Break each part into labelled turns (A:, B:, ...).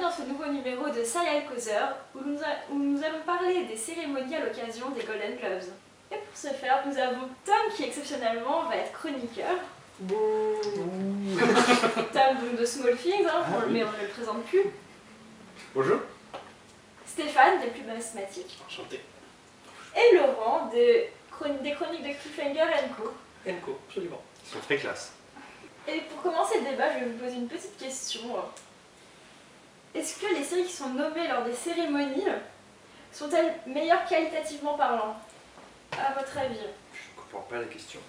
A: notre nouveau numéro de Sahel Causeur, où nous, a- où nous allons parler des cérémonies à l'occasion des Golden Gloves. Et pour ce faire, nous avons Tom qui, exceptionnellement, va être chroniqueur. Tom donc, de Small Things, hein,
B: Ah
A: on-
B: oui.
A: mais on ne le présente plus.
B: Bonjour.
A: Stéphane, des plus mathématiques.
B: Enchanté.
A: Et Laurent, de chron- des chroniques de Cliffhanger Co.
C: Enco, absolument.
B: Ils sont très classe.
A: Et pour commencer le débat, je vais vous poser une petite question. Est-ce que les séries qui sont nommées lors des cérémonies sont-elles meilleures qualitativement parlant À votre avis
B: Je comprends pas la question.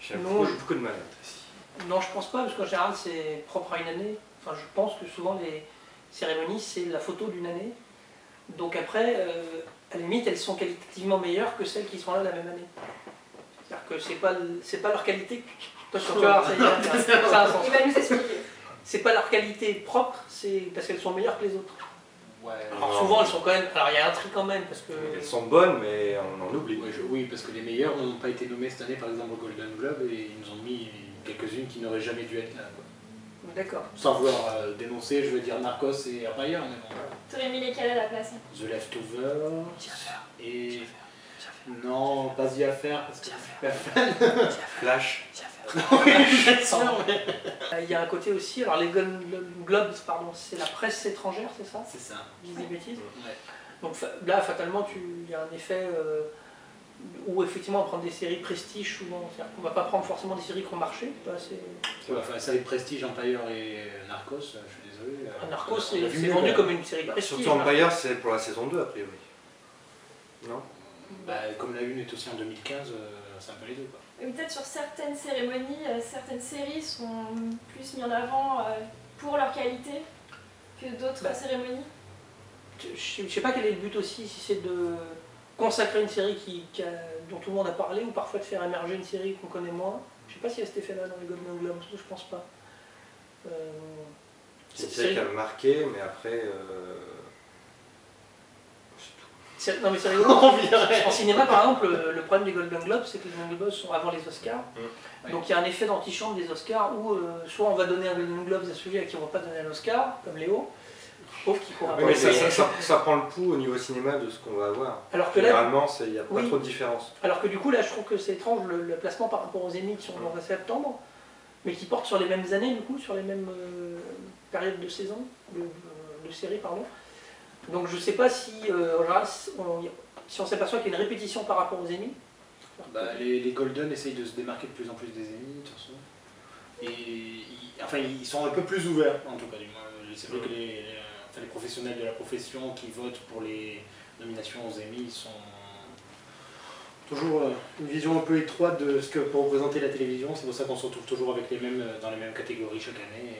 B: J'ai
C: Non,
B: beaucoup,
C: je-
B: beaucoup de mal à être ici.
C: Non, je pense pas, parce qu'en général, c'est propre à une année. Enfin, je pense que souvent, les cérémonies, c'est la photo d'une année. Donc après, euh, à la limite, elles sont qualitativement meilleures que celles qui sont là la même année. C'est-à-dire que c'est pas, le- c'est pas leur qualité. Attention, tu vois, c'est- ça a un sens.
A: Il va nous expliquer.
C: C'est pas leur qualité propre, c'est parce qu'elles sont meilleures que les autres.
D: Ouais.
C: Alors souvent, elles sont quand même. Alors il y a un tri quand même, parce que.
B: Elles sont bonnes, mais on en oublie.
D: Ouais, je- oui, parce que les meilleurs n'ont pas été nommés cette année, par exemple, au Golden Globe, et ils nous ont mis quelques-unes qui n'auraient jamais dû être là. quoi.
C: D'accord.
D: Sans vouloir euh, dénoncer, je veux dire Narcos et Raya, mais bon.
A: T'aurais mis lesquelles à la place
D: The Leftovers. Et. Non, pas The Affair, parce que
B: Flash.
C: Euh, Il y a un côté aussi, alors les Golden Globes, pardon, c'est la presse étrangère, c'est ça
D: c'est ça.
C: Je dis des bêtises.
D: Ouais.
C: Donc fa- là, fatalement, tu- il y a un effet euh, où effectivement on prend des séries prestige souvent. C'est-à-dire qu'on va pas prendre forcément des séries qui ont marché. tu vois, c'est-
D: Ouais, enfin, ça avec Prestige, Empire et Narcos, euh, je suis désolé. euh,
C: Ah, Narcos,
D: on a
C: c'est
D: vu euh, bah,
C: c'est
D: mieux,
C: vendu
D: quoi.
C: comme une série prestige.
B: Bah, Surtout
C: hein.
B: Empire, c'est pour la saison 2, a priori. Non
D: Bah, comme la une est aussi en 2015, euh, c'est un peu les deux. Quoi.
A: Et Peut-être sur certaines cérémonies, euh, certaines séries sont plus mises en avant euh, pour leur qualité que d'autres
C: Bah.
A: cérémonies.
C: Je je sais pas quel est le but aussi, si c'est de consacrer une série qui, qui a- dont tout le monde a parlé, ou parfois de faire émerger une série qu'on connaît moins. Je sais pas s'il y a cet effet-là dans les Golden Globes, je pense pas. Euh,
B: C'est une
C: c'est-
B: série qui a marqué, mais après. euh, c'est tout.
C: C'est- Non mais c'est rigolo. en cinéma par exemple, le le problème des Golden Globes, c'est que les Golden Globes sont avant les Oscars.
B: Mmh.
D: Mm.
C: Donc il y a un effet d'antichambre des Oscars où euh, soit on va donner un Golden Globes à celui à qui on va pas donner un Oscar, comme Léo, pauvre qui court après.
B: Oui, mais
C: les-
B: ça, ça- ça- ça prend le pouls au niveau cinéma de ce qu'on va avoir.
C: Alors que là,
B: Généralement, c'est- il n'y a pas
C: Oui.
B: trop de différence.
C: alors que du coup là je trouve que c'est étrange le, le placement par rapport aux Zénith qui sont
B: Mm.
C: en septembre, mais qui portent sur les mêmes années du coup, sur les mêmes euh, périodes de saison, de, de- de série pardon. Donc je sais pas si euh, en général, on- si on s'aperçoit qu'il y a une répétition par rapport aux Zénith.
D: Bah, les, les Golden essayent de se démarquer de plus en plus des ennemis, de toute façon. Et ils, enfin, ils sont un peu plus ouverts, en tout cas. du moins. euh, C'est vrai que les, les- enfin, les professionnels de la profession qui votent pour les nominations aux Emmy, ils sont toujours euh, une vision un peu étroite de ce que peut représenter la télévision. C'est pour ça qu'on se retrouve toujours avec les mêmes euh, dans les mêmes catégories chaque année.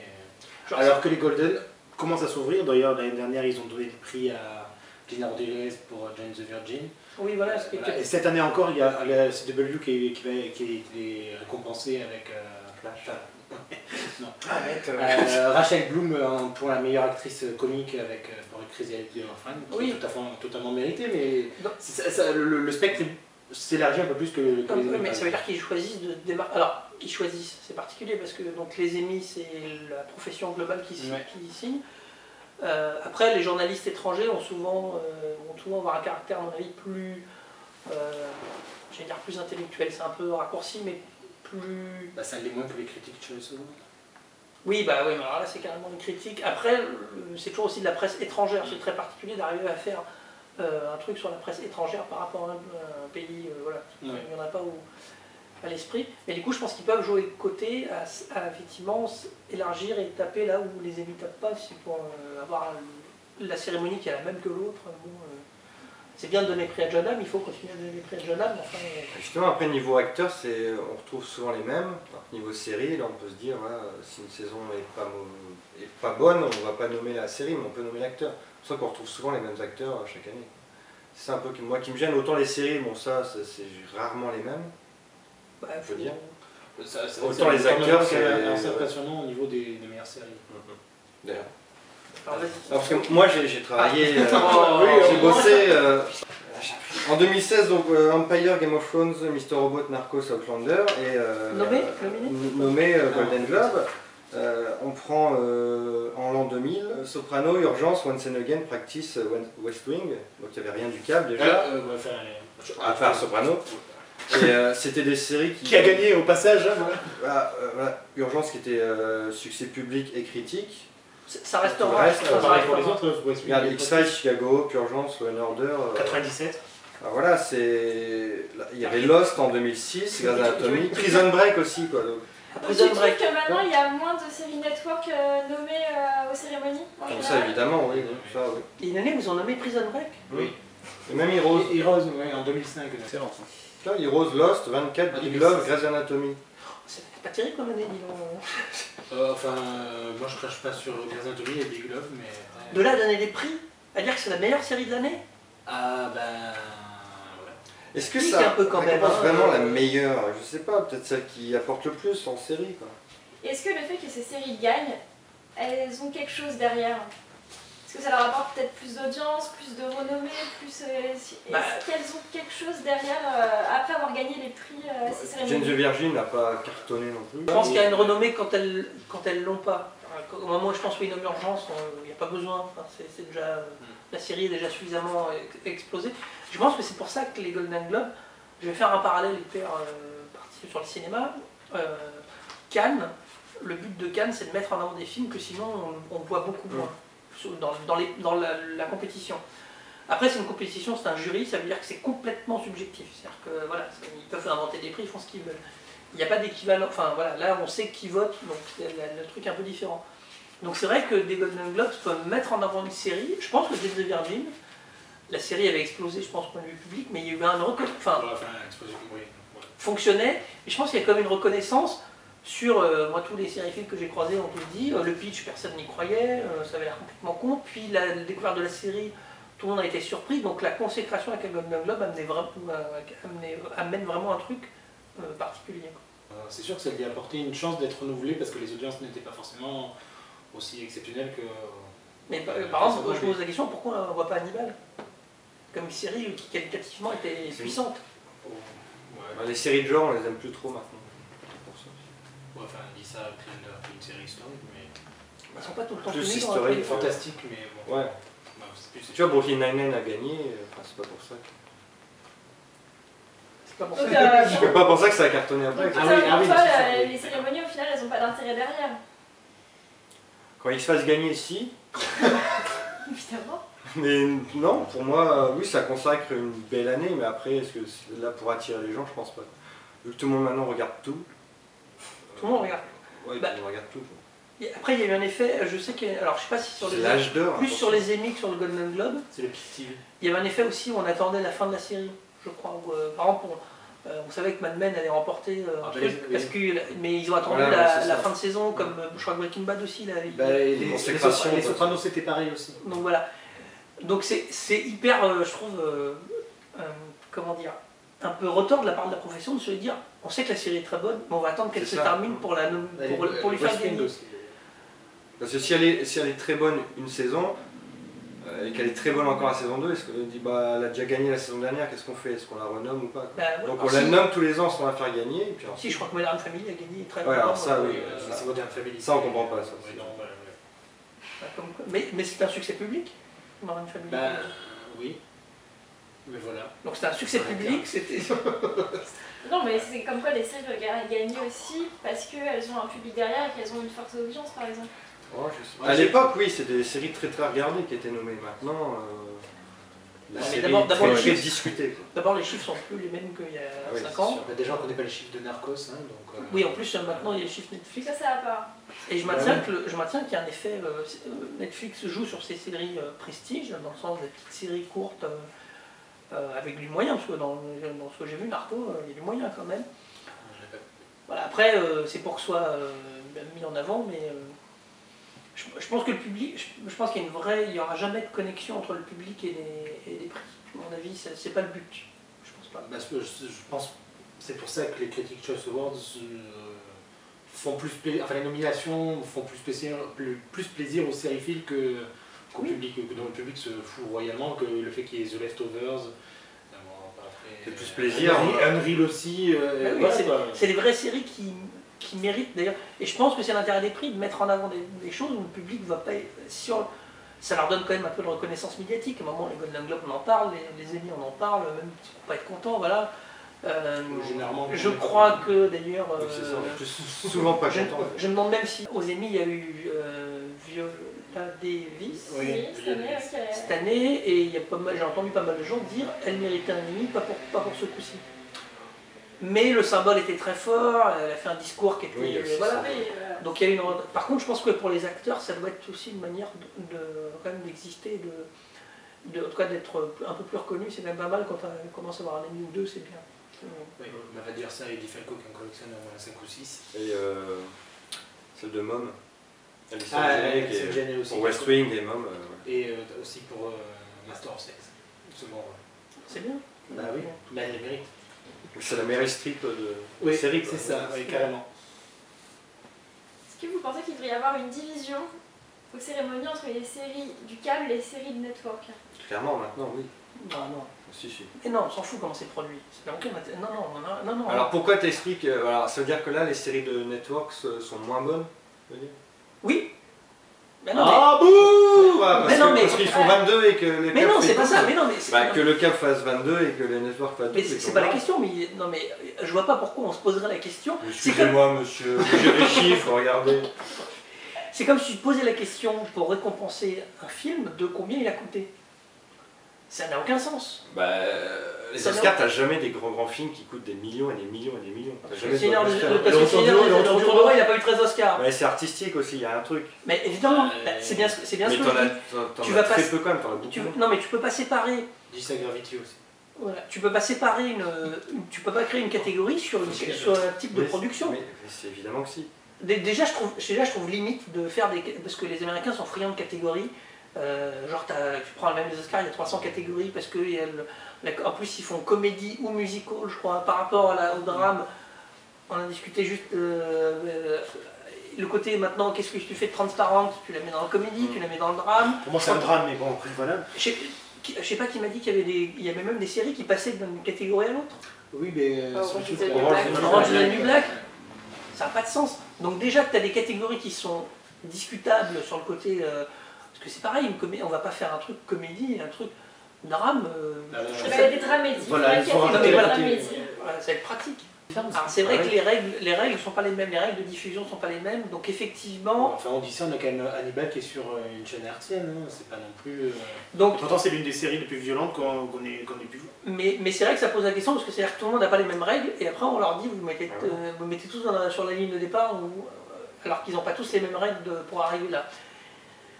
C: Genre,
D: Alors que les Golden commencent à s'ouvrir. D'ailleurs, l'année dernière, ils ont donné le prix à Gina Rodriguez pour Jane the Virgin.
C: Oui voilà, ce qui
D: Voilà,
C: était-
D: Et cette année encore, il y a la CW qui, qui, va, qui est récompensée avec euh,
B: Flash.
D: Arrête,
B: Ah,
D: euh, Rachel Bloom euh, pour la meilleure actrice comique avec, euh, pour Crazy Ex Girlfriend, qui
C: Oui.
D: est tout à fait- totalement méritée, mais
C: Non.
D: c'est- ça- ça- le, le spectre s'élargit un peu plus que, que
C: Comme-
D: les
C: oui,
D: autres.
C: mais ça veut dire qu'ils choisissent de démarrer. Alors, ils choisissent, c'est particulier parce que donc les émis, c'est la profession globale qui, signe-
D: Ouais.
C: qui signe. Euh, après, les journalistes étrangers ont souvent, euh, vont souvent avoir un caractère, à mon avis, plus, euh, j'allais dire plus intellectuel. C'est un peu raccourci, mais plus.
D: Bah, ça l'est moins que les critiques de Choice Awards.
C: Oui, bah oui, mais alors là, c'est carrément une critique. Après, le- c'est toujours aussi de la presse étrangère. C'est très particulier d'arriver à faire euh, un truc sur la presse étrangère par rapport à un, à un pays. euh, voilà,
D: Ouais.
C: il n'y en a pas au- à l'esprit. Mais du coup, je pense qu'ils peuvent jouer de côté à, s- à effectivement s- élargir et taper là où les émis tapent pas. C'est pour euh, avoir un- la cérémonie qui est la même que l'autre. Bon, euh, c'est bien de donner prix à John Hamm, il faut continuer à donner des prix à John Hamm. mais Enfin, euh,
B: Justement, après, niveau acteur, c'est- on retrouve souvent les mêmes. Alors, niveau série, là, on peut se dire, voilà, si une saison est pas, mau- est pas bonne, on ne va pas nommer la série, mais on peut nommer l'acteur. C'est pour ça qu'on retrouve souvent les mêmes acteurs euh, chaque année. C'est un peu que- moi qui me gêne. Autant les séries, bon, ça, c'est c'est rarement les mêmes.
C: bah,
B: Faut dire.
D: Euh, Ça- c'est-
B: Autant
D: c'est-
B: les
D: c'est quand même
B: acteurs,
D: assez-
B: c'est-
D: assez impressionnant au niveau des, des meilleures séries.
B: D'ailleurs.
C: Alors, vas-y.
B: Ah, Parce que moi, j'ai j'ai travaillé, euh,
D: Ah,
C: Oh,
B: j'ai
C: oh.
B: bossé. euh, en 2016, donc euh, Empire, Game of Thrones, Mr. Robot, Narcos, Outlander et euh,
C: Nommé
B: euh,
C: Nominé
B: nommé, euh, Golden Globe. Euh, on prend euh, en l'an 2000, euh, Soprano, Urgence, Once and Again, Practice, euh, Wen- West Wing, donc il n'y avait rien du câble déjà.
D: Voilà, euh, ouais, enfin, euh,
B: À part Soprano. Et euh, c'était des séries qui.
D: Qui a gagné au passage hein, voilà.
B: Voilà, euh, voilà. Urgence qui était euh, succès public et critique.
C: Ça restera.
B: Reste,
C: ça
B: euh,
D: Pareil pour les
C: restera.
D: autres, euh, West Wing,
B: Regarde,
D: les
B: X-Files, Chicago, Urgence, Law and Order. euh,
D: 97.
B: ah, voilà, c'est. là, Il y avait Lost en 2006, Grey's Anatomy, Prison Break aussi, quoi. donc.
A: Tu
C: Prison
A: trouves
C: Break.
A: que maintenant il y a moins de séries network euh, nommées euh, aux cérémonies en
B: Comme ça,
A: général
B: évidemment, oui. oui, ça, oui.
C: Il y a une année, vous en nommez Prison Break
B: Et même Heroes.
D: Et Rose, ouais, en 2005. là.
E: Excellent. ça.
B: Tiens, Heroes, Lost,
C: Ah,
B: 24, Big Love, Grey's Anatomy.
C: C'est pas terrible comme année, dis donc.
D: Euh, enfin, euh, moi je crache pas sur Grey's Anatomy et Big Love, mais.
C: De là à donner des prix, à dire que c'est la meilleure série de l'année
D: Ah bah.
B: Est-ce que
C: Oui,
B: ça
C: c'est un peu quand même,
B: récompense
C: hein.
B: vraiment la meilleure Je sais pas, peut-être celle qui apporte le plus en série, quoi.
A: Est-ce que le fait que ces séries gagnent, elles ont quelque chose derrière Est-ce que ça leur apporte peut-être plus d'audience, plus de renommée, plus... euh, si- Est-ce
C: Bah.
A: qu'elles ont quelque chose derrière euh, après avoir gagné les prix euh, ces
B: Jane the
A: cérémonies
B: Virgin n'a pas cartonné non plus.
C: Je pense qu'il y a une renommée quand elles quand elles l'ont pas. Au moment où je pense qu'il y a une urgence, on- il n'y a pas besoin. Enfin, c'est- c'est déjà, la série est déjà suffisamment ex- explosée. Je pense que c'est pour ça que les Golden Globes, je vais faire un parallèle hyper euh, parti sur le cinéma. Euh, Cannes, le but de Cannes, c'est de mettre en avant des films que sinon on, on voit beaucoup moins Sur- dans, dans les- dans la, la compétition. Après, c'est une compétition, c'est un jury, ça veut dire que c'est complètement subjectif. C'est-à-dire que voilà, c'est- ils peuvent inventer des prix, ils font ce qu'ils veulent. Il n'y a pas d'équivalent. Enfin voilà, là on sait qui vote, donc c'est le, le truc un peu différent. Donc c'est vrai que des Golden Globes peuvent mettre en avant une série. Je pense que Jane the Virgin, la série avait explosé, je pense, au point de vue public, mais il y a eu un record. Enfin,
D: Ouais, enfin, explosion, oui. Ouais.
C: fonctionnait. Et je pense qu'il y a quand même une reconnaissance sur, euh, moi, tous les séries que j'ai croisés ont tous dit, euh, le pitch, personne n'y croyait, euh, ça avait l'air complètement con. Puis la découverte de la série, tout le monde a été surpris. Donc la consécration avec le Golden Globe amenait vra- euh, amenait- amène vraiment un truc euh, particulier.
D: Euh, C'est sûr que ça lui a apporté une chance d'être renouvelée parce que les audiences n'étaient pas forcément aussi exceptionnelles que.
C: Mais par, par exemple, moi, je me pose la question, pourquoi on ne voit pas Hannibal comme une série qui qualitativement était
B: C'est-
C: puissante.
D: Ouais,
B: Bah, Les séries de genre, on les aime plus trop maintenant. Pour ça.
D: ouais, enfin, on dit ça après une, après une série historique, mais.
C: Elles sont pas tout le temps
B: Plus
C: tenues dans
B: historique.
C: la télé.
D: Fantastique, mais bon.
B: Ouais.
D: Bah, c'est plus-
B: Tu vois, Brooklyn Nine-Nine a gagné, euh, enfin, c'est pas pour ça. que-
C: C'est pas pour
A: Donc,
C: ça.
A: euh,
B: C'est pas pour ça que ça a cartonné après.
A: donc,
B: quoi.
D: Ah oui, ah oui,
A: toi,
D: c'est ça,
A: euh,
D: oui.
A: les cérémonies au final, elles n'ont pas d'intérêt derrière.
B: Quand X-Files gagnait, si.
A: Évidemment.
B: Mais non, pour moi, euh, oui, ça consacre une belle année, mais après, est-ce que c'est- là, pour attirer les gens, je pense pas. Vu que tout le monde maintenant regarde tout.
C: Tout le monde regarde.
B: Ouais,
C: Bah,
B: tout le monde regarde tout. quoi.
C: Et après, il y a eu un effet, euh, je sais que, alors je sais pas si sur
B: C'est
C: le
B: l'âge d'or. hein,
C: plus sur les émis que sur le Golden Globe.
D: C'est le petit.
C: Il y avait un effet aussi où on attendait la fin de la série, je crois. où, euh, par exemple, on, euh, on savait que Mad Men allait remporter euh, un
D: Ah,
C: truc,
D: mais les-
C: parce que, mais ils ont attendu
B: Voilà, ouais,
C: la,
B: c'est
C: la
B: ça. Mm.
C: fin de saison, comme euh, je crois que Breaking Bad aussi. Là, il-
D: les,
B: Bah, les
D: les,
B: Sopra- les Sopranos,
D: Sopranos, c'était pareil aussi.
C: Donc voilà. Donc c'est c'est hyper, euh, je trouve, euh, euh, comment dire, un peu retort de la part de la profession de se dire on sait que la série est très bonne, mais on va attendre qu'elle
B: C'est
C: se
B: ça.
C: termine pour, la, nom- pour, pour lui faire gagner.
B: Parce que si elle, est, si elle est très bonne une saison, euh, et qu'elle est très bonne encore la saison 2, est-ce qu'on dit, bah, elle a déjà gagné la saison dernière, qu'est-ce qu'on fait Est-ce qu'on la renomme ou pas quoi
C: Bah, ouais.
B: Donc
C: Alors,
B: on la
C: si-
B: nomme tous les ans sans la faire gagner, et puis alors-
C: si, je crois que Modern Family a gagné très
B: Ouais, alors
C: bien,
B: ça,
C: euh,
B: Ah oui.
D: euh,
B: ça-
D: c'est Modern Family.
B: ça, on comprend pas, ça.
D: Ouais, non, voilà, ouais.
C: Bah, comme quoi. Mais, mais c'est un succès public, Modern Family.
D: Bah, oui. Mais voilà.
C: Donc c'est un succès
B: hein.
C: public, c'était.
A: Non, mais c'est comme quoi les séries doivent ga- gagner aussi parce qu'elles ont un public derrière et qu'elles ont une forte audience, par exemple.
B: Oh, je sais pas.
D: Ouais,
B: à
D: c'est-
B: l'époque, oui, c'était des séries très très regardées qui étaient nommées. Maintenant, euh,
C: Ouais, mais
B: séries
C: d'abord- d'abord,
B: très,
C: les
B: très
C: chiffres.
B: discutées. quoi.
C: D'abord, les chiffres sont plus les mêmes qu'il y a
B: Ah oui,
C: 5
B: c'est
C: ans.
B: sûr.
D: Bah, déjà, on connaît pas les chiffres de Narcos, hein, donc. euh,
C: Oui, en plus, euh, maintenant, il y a les chiffres Netflix.
A: Ça, ça à part.
C: Et
B: Bah
C: je maintiens que le- je maintiens qu'il y a un effet. euh, c'est- euh, Netflix joue sur ces séries euh, prestige, dans le sens des petites séries courtes, euh, euh, avec du moyen, parce que dans, dans ce que j'ai vu, Narco, euh, il y a du moyen quand même.
D: je l'ai pas-
C: Voilà, après, euh, c'est pour que ce soit euh, mis en avant, mais euh, je, je pense que le public, je, je pense qu'il y a une vraie, il n'y aura jamais de connexion entre le public et les, et les prix. À mon avis, c'est c'est pas le but. Je pense pas.
D: Bah, je, je pense c'est pour ça que les Critic Choice Awards euh, font plus pla- enfin les nominations font plus plaisir plus, plus plaisir aux sériphiles que qu'au
C: Oui.
D: public que dont le public se fout royalement que le fait qu'il y ait The Leftovers euh, bon, après,
B: C'est plus
D: euh,
B: plaisir,
D: Unreal-
B: hein.
D: Unreal aussi euh,
C: Ah oui,
D: voilà,
C: c'est-
D: quoi.
C: C'est les vraies séries qui, qui méritent d'ailleurs. Et je pense que c'est l'intérêt des prix de mettre en avant des, des choses où le public va pas. Sur, ça leur donne quand même un peu de reconnaissance médiatique. À un moment, les Golden Globes, on en parle, les, les Emmy, on en parle, même si on peut pas être content, voilà. Euh,
D: Généralement,
C: je
D: on est-
C: crois que d'ailleurs.
B: Donc, c'est ça,
C: euh,
B: je suis souvent pas
C: je,
B: content. en fait.
C: je me demande même si aux Emmy, il y a eu euh, Viola Davis
D: Oui,
A: cette année, ok.
C: cette année et il y a pas mal- j'ai entendu pas mal de gens dire elle méritait un Emmy, pas pour, pas pour ce coup-ci. Mais le symbole était très fort, elle a fait un discours qui était.
B: Oui, il y a aussi
C: voilà.
B: ça.
A: Oui, euh, voilà.
C: Donc il y a une. Par contre, je pense que pour les acteurs, ça doit être aussi une manière de, de- quand même d'exister, de, de- en tout cas d'être un peu plus reconnu. C'est même pas mal quand on commence à avoir un Emmy ou deux, c'est bien.
D: Oui, on va dire ça à Eddie Falco qui en collectionne au moins 5 ou 6.
B: Et euh, celle de Mom. Elle
D: Ah,
B: est
C: Ah,
B: qui est-
D: gêné aussi.
B: pour West Wing et Mom. euh, ouais.
D: Et euh, aussi pour euh, Master of Sex. Second rôle.
C: C'est bien.
D: Bah oui. Mais elle les mérite.
B: C'est la Mary Streep de
D: Oui,
B: série. quoi.
D: c'est ça, oui, carrément.
A: Est-ce que vous pensez qu'il devrait y avoir une division aux cérémonies entre les séries du câble et les séries de network
B: Clairement, maintenant, oui.
C: Non, non.
B: Si, si.
C: Et non, on s'en fout comment c'est produit. Ça n'a aucun intérêt. Non, non, non, non, non.
B: Alors pourquoi t'expliques euh, alors, Ça veut dire que là, les séries de Networks euh, sont moins bonnes tu veux dire
C: Oui. Mais non,
B: Ah bouh Ouais, Parce
C: Mais non,
B: que-
C: mais-
B: parce qu'ils font 22 et que les
C: mais, mais
B: câbles
C: non,
B: fait
C: c'est pas
B: 12.
C: ça. Mais non, mais c'est
B: Bah,
C: non,
B: que le cap fasse 22 et que les networks fassent 12.
C: Mais c'est c'est pas la question, mais non mais euh, je vois pas pourquoi on se poserait la question. C'est comme,
B: Excusez-moi, monsieur, j'ai les chiffres, regardez.
C: c'est comme si tu posais la question pour récompenser un film de combien il a coûté. Ça n'a aucun sens.
B: Bah, euh, les
C: Ça
B: Oscars, t'as jamais des grands grands films qui coûtent des millions et des millions et des millions. Ah, T'as
C: Parce
B: jamais
C: que
B: de
C: Seigneur
B: grands
C: des-
B: Oscars.
C: parce que
B: Et autour
C: Seigneur
B: du-
C: des-
B: autour du-
C: autour du roi, il n'a pas eu 13 Oscars.
B: Ouais, c'est artistique aussi, il y a un truc.
C: Mais évidemment,
D: Euh,
C: bah, c'est bien, ce que- c'est bien
B: mais
C: ce que
B: t'en
C: je
B: as,
C: dis.
B: t'en- t'en
C: Tu
B: as
C: vas
B: très
C: pas-
B: peu quand même, t'en as beaucoup.
C: Tu-
B: moins.
C: non mais tu peux pas séparer.
D: Dis ça Gravity aussi.
C: voilà, tu peux pas séparer une. une- Tu peux pas créer une catégorie sur, une- sur un type de
B: Mais-
C: production.
B: Mais, mais c'est évidemment que si.
C: Dé- Déjà, je trouve, déjà, je trouve limite de faire des. Parce que les Américains sont friands de catégories. Euh, genre, t'as- tu prends même les Oscars, il y a 300 catégories parce que il y a le- la- en plus, ils font comédie ou musical, je crois, par rapport à la- au drame. On a discuté juste. euh, euh, le côté maintenant, qu'est-ce que tu fais de transparente Tu la mets dans la comédie, tu la mets dans le drame.
D: Pour moi, c'est un drame, mais bon, après, voilà.
C: Je sais- qui- je sais pas qui m'a dit qu'il y avait des, il y avait même des séries qui passaient d'une catégorie à l'autre.
D: Oui, mais. euh,
A: Ah,
D: sur
A: Orange
D: le
A: is
D: truc,
A: the
D: Orange
A: New
D: is the
A: Black.
D: New
C: Orange is the
D: Black.
C: New Black. Ça n'a pas de sens. Donc déjà que tu as des catégories qui sont discutables sur le côté... euh, parce que c'est pareil, une comé- on va pas faire un truc comédie, un truc drame. euh,
D: Ah,
C: je
D: ouais,
A: Eh
C: trouve
A: ben,
C: ça-
D: ouais.
A: Il y a des dramédies.
D: Voilà,
A: il y
D: ils ont
A: a
C: raté
A: des
C: la
A: dramédies.
C: voilà, ça va être pratique. Alors, c'est vrai
B: Ah ouais.
C: que les règles les règles sont pas les mêmes, les règles de diffusion sont pas les mêmes. Donc effectivement...
D: Enfin, on dit ça, on a quand même Hannibal qui est sur euh, une chaîne hertzienne, hein, c'est pas non plus. euh,
C: Donc,
E: Pourtant, c'est l'une des séries les plus violentes qu'on qu'on ait, qu'on ait pu voir.
C: mais mais c'est vrai que ça pose la question parce que c'est-à-dire que tout le monde n'a pas les mêmes règles et après on leur dit vous mettez,
B: Ah ouais.
C: euh, vous mettez tous dans la- sur la ligne de départ ou- euh, alors qu'ils n'ont pas tous les mêmes règles de- pour arriver là.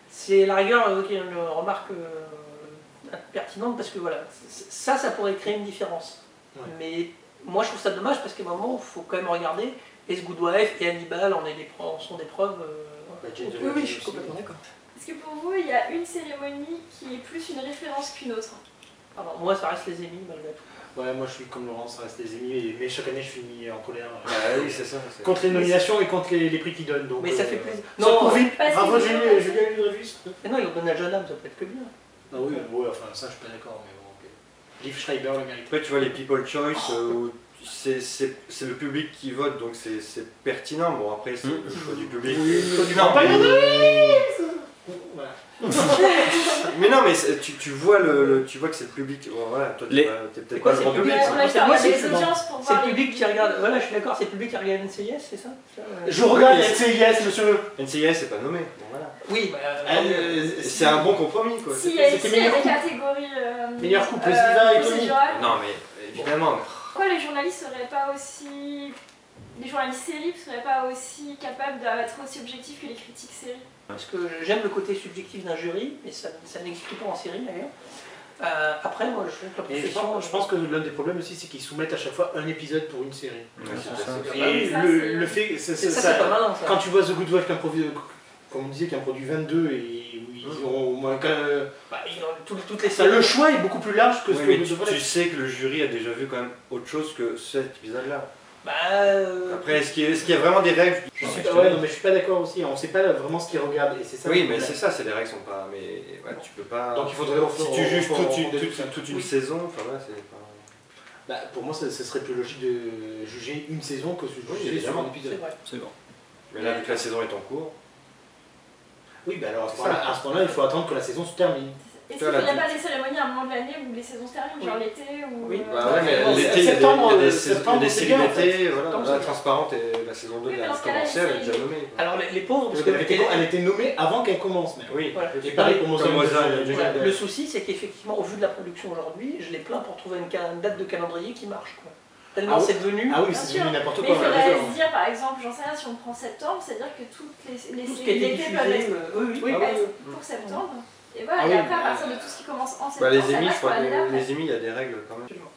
C: C'est la rigueur euh, qui est une remarque euh, pertinente parce que voilà, c- ça, ça pourrait créer une différence.
D: Ouais.
C: Mais moi je trouve ça dommage parce qu'à un moment, il faut quand même regarder. Et ce Good Wife et Hannibal en, est des pro- en sont des preuves. euh,
D: Bah, Jane
C: oui,
D: the Virgin
C: oui, je suis
D: aussi.
C: complètement d'accord.
A: Est-ce que pour vous, il y a une cérémonie qui est plus une référence qu'une autre
C: Alors, moi, ça reste les émis malgré tout.
D: Ouais, moi je suis comme Laurent, ça reste les amis, mais- mais chaque année je finis en colère. euh,
E: Ah
B: Bah oui, c'est ça. c'est-
E: Contre les nominations et contre les, les prix qu'ils donnent. Donc,
C: Mais ça
E: euh,
C: fait plaisir.
E: Ça
C: Non, Bah,
E: prouve vite.
A: Parce que-
E: Bravo, Julien Julien Ludrevis.
C: mais non, ils l'ont donné à Jeune Homme, ça peut être que bien.
D: Ah oui, ouais, enfin ça je suis pas d'accord, mais bon. ok. Liv Schreiber le mérite.
B: Après, tu vois, les People Choice, euh, où c'est c'est- c'est le public qui vote, donc c'est c'est pertinent. Bon, après, c'est
C: Hmm.
B: le choix du public.
D: Oui,
B: Non, mais-
D: Voilà.
B: Mais non, mais c'est- tu, tu vois le, le- tu vois que c'est le public. Bon, voilà, toi t'es
F: Les-
B: pas- t'es peut-être
C: quoi,
B: pas
C: c'est
B: le grand
C: le
B: public.
A: Ouais, Euh, on a
C: c'est-
A: fait
C: moi,
A: regarder
C: c'est-
A: les audiences pour
C: C'est
A: voir.
C: le
A: les-
C: public qui regarde. Voilà, je suis d'accord, c'est le public qui regarde NCIS, c'est ça Euh,
E: Je regarde NCIS, monsieur.
B: ça. NCIS c'est pas nommé. Bon, voilà.
C: Oui, bah, euh,
E: Euh,
B: C'est un bon compromis quoi.
A: Si, il y a
E: C'était
A: si, il y a
E: meilleur
A: des
E: couple.
A: catégories. euh,
E: Meilleur couple,
A: euh,
E: Sylvain et Tony.
A: procédurales.
B: Non mais évidemment.
A: Pourquoi les journalistes seraient pas aussi. Les journalistes séries seraient pas aussi capables d'être aussi objectifs que les critiques séries
C: parce que j'aime le côté subjectif d'un jury, mais ça, ça n'existe pas en série d'ailleurs. Euh, après, moi, je trouve que la
E: Et je
C: profession.
E: pense, je pense que l'un des problèmes aussi, c'est qu'ils soumettent à chaque fois un épisode pour une série.
B: Ouais, c'est ça.
E: Et
A: Ça, c'est-
E: le, le fait, c'est-
C: c'est
E: c'est-
C: ça,
E: ça-
C: c'est pas malin ça.
E: quand tu vois The Good Wife, qu'un produit, comme on disait, qu'un produit 22 et où ils
B: Mm.
E: auront au moins qu'un- euh,
C: Bah, ils ont tout- toutes les
E: ça,
C: séries.
E: le choix est beaucoup plus large que ce
B: Oui,
E: que
B: mais
E: nous
B: tu,
E: offrait.
B: tu sais que le jury a déjà vu quand même autre chose que cet épisode-là.
C: Bah, euh,
B: Après, est-ce qu'il y, a- est-ce qu'il y a vraiment des règles
E: Je suis pas- ouais, non, mais je suis pas d'accord aussi. On sait pas vraiment ce qu'ils regardent et c'est ça.
B: Oui,
E: le
B: mais
E: problème.
B: c'est ça, c'est des règles qui sont pas. Mais ouais, tu peux pas.
E: Donc il faudrait en
B: si
E: faire-
B: tu juges
E: en- en-
B: toute une,
E: en-
B: toute- toute une
C: Oui.
B: saison, enfin voilà, c'est pas.
D: Bah, pour moi, ce ce serait plus logique de juger une saison que de
B: Oui,
D: juger sur
B: évidemment.
D: un
C: C'est
D: épisode.
C: vrai.
G: C'est bon.
B: Mais là, vu que la saison est en cours,
D: Oui, bah alors à ce
B: C'est
D: moment-là, à ce moment-là, il faut attendre que la saison se termine.
A: Est-ce
B: Toi,
A: qu'il n'y a
B: la-
A: pas des cérémonies à un moment de l'année où les saisons se terminent, genre l'été ou
C: Oui.
A: euh,
B: Bah ouais, mais
C: Bon,
B: l'été, il y a des-
C: septembre,
B: il y a
C: euh,
B: des saisons- il y a des
C: septembre, c'est bien,
B: séries
C: en fait.
B: d'été, voilà,
C: Septembre,
B: la
C: c'est
B: transparente et la saison
A: Oui,
B: 2 elle
A: mais
B: a
A: dans ce cas-là,
B: commencé, elle est
A: c'est-
B: déjà nommée. quoi.
C: Alors les, les pauvres, parce que
D: Parce qu'elle était, elle était nommée avant qu'elle commence, même.
B: Oui,
C: Voilà.
D: Et pareil pour Mozart.
B: Comme Mozart, il y a
C: Voilà,
B: déjà-
C: le souci, c'est qu'effectivement, au vu de la production aujourd'hui, je les plains pour trouver une, ca- une date de calendrier qui marche. Quoi. Tellement
D: Ah oui.
C: c'est devenu
D: Ah oui,
A: Bien
D: c'est
A: sûr.
D: devenu n'importe
A: Mais
D: quoi.
A: il
D: on l'a
A: faudrait
D: vu,
A: se dire, par exemple, j'en sais rien, si on prend septembre, c'est-à-dire que toutes les, les
C: tout ce qui a
A: séries
C: été
A: d'été peuvent
C: diffusé.
A: être
C: euh, oui, oui,
D: Oui,
C: ah
A: elles
C: oui,
A: pour septembre. Et voilà,
D: Ah
A: et
D: oui,
A: après, à
D: mais-
A: partir de tout ce qui commence en
B: Bah,
A: septembre,
B: les
A: ça
B: émis,
A: va,
B: je
A: faut
B: crois
A: aller
B: que
A: après.
B: les émis, il y a des règles quand même.
C: absolument.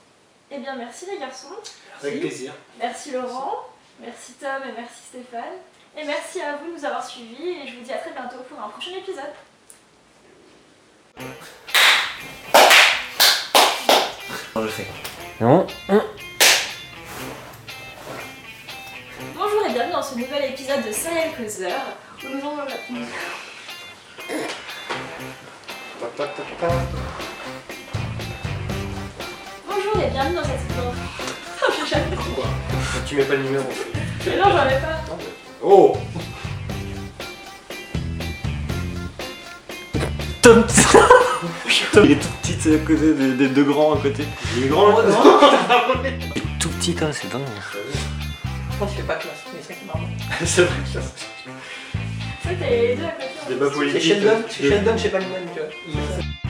A: Eh bien, merci les garçons.
D: Avec plaisir.
A: Merci Laurent, merci Tom et merci Stéphane. Et merci à vous de nous avoir suivis et je vous dis à très bientôt pour un prochain épisode.
G: Non, je le fais.
A: Bonjour et bienvenue dans ce nouvel épisode de Serial Causer où nous allons...
B: Pa, pa, pa, pa.
A: Bonjour et bienvenue dans cette vidéo.
B: Tu mets pas le numéro.
A: Mais non, j'en ai pas.
B: Oh
G: Tom Il est tout petit à côté des, des deux grands à côté.
B: Les grands
G: Il est tout petit comme c'est dingue.
C: Par contre, il fait pas classe, mais c'est ça qui est marrant.
B: C'est vrai ça.
A: Toi, t'as les deux à côté. en
B: Débat
A: fait.
B: politique.
C: C'est Sheldon,
B: de-
C: c'est Sheldon, c'est pas le même, tu vois.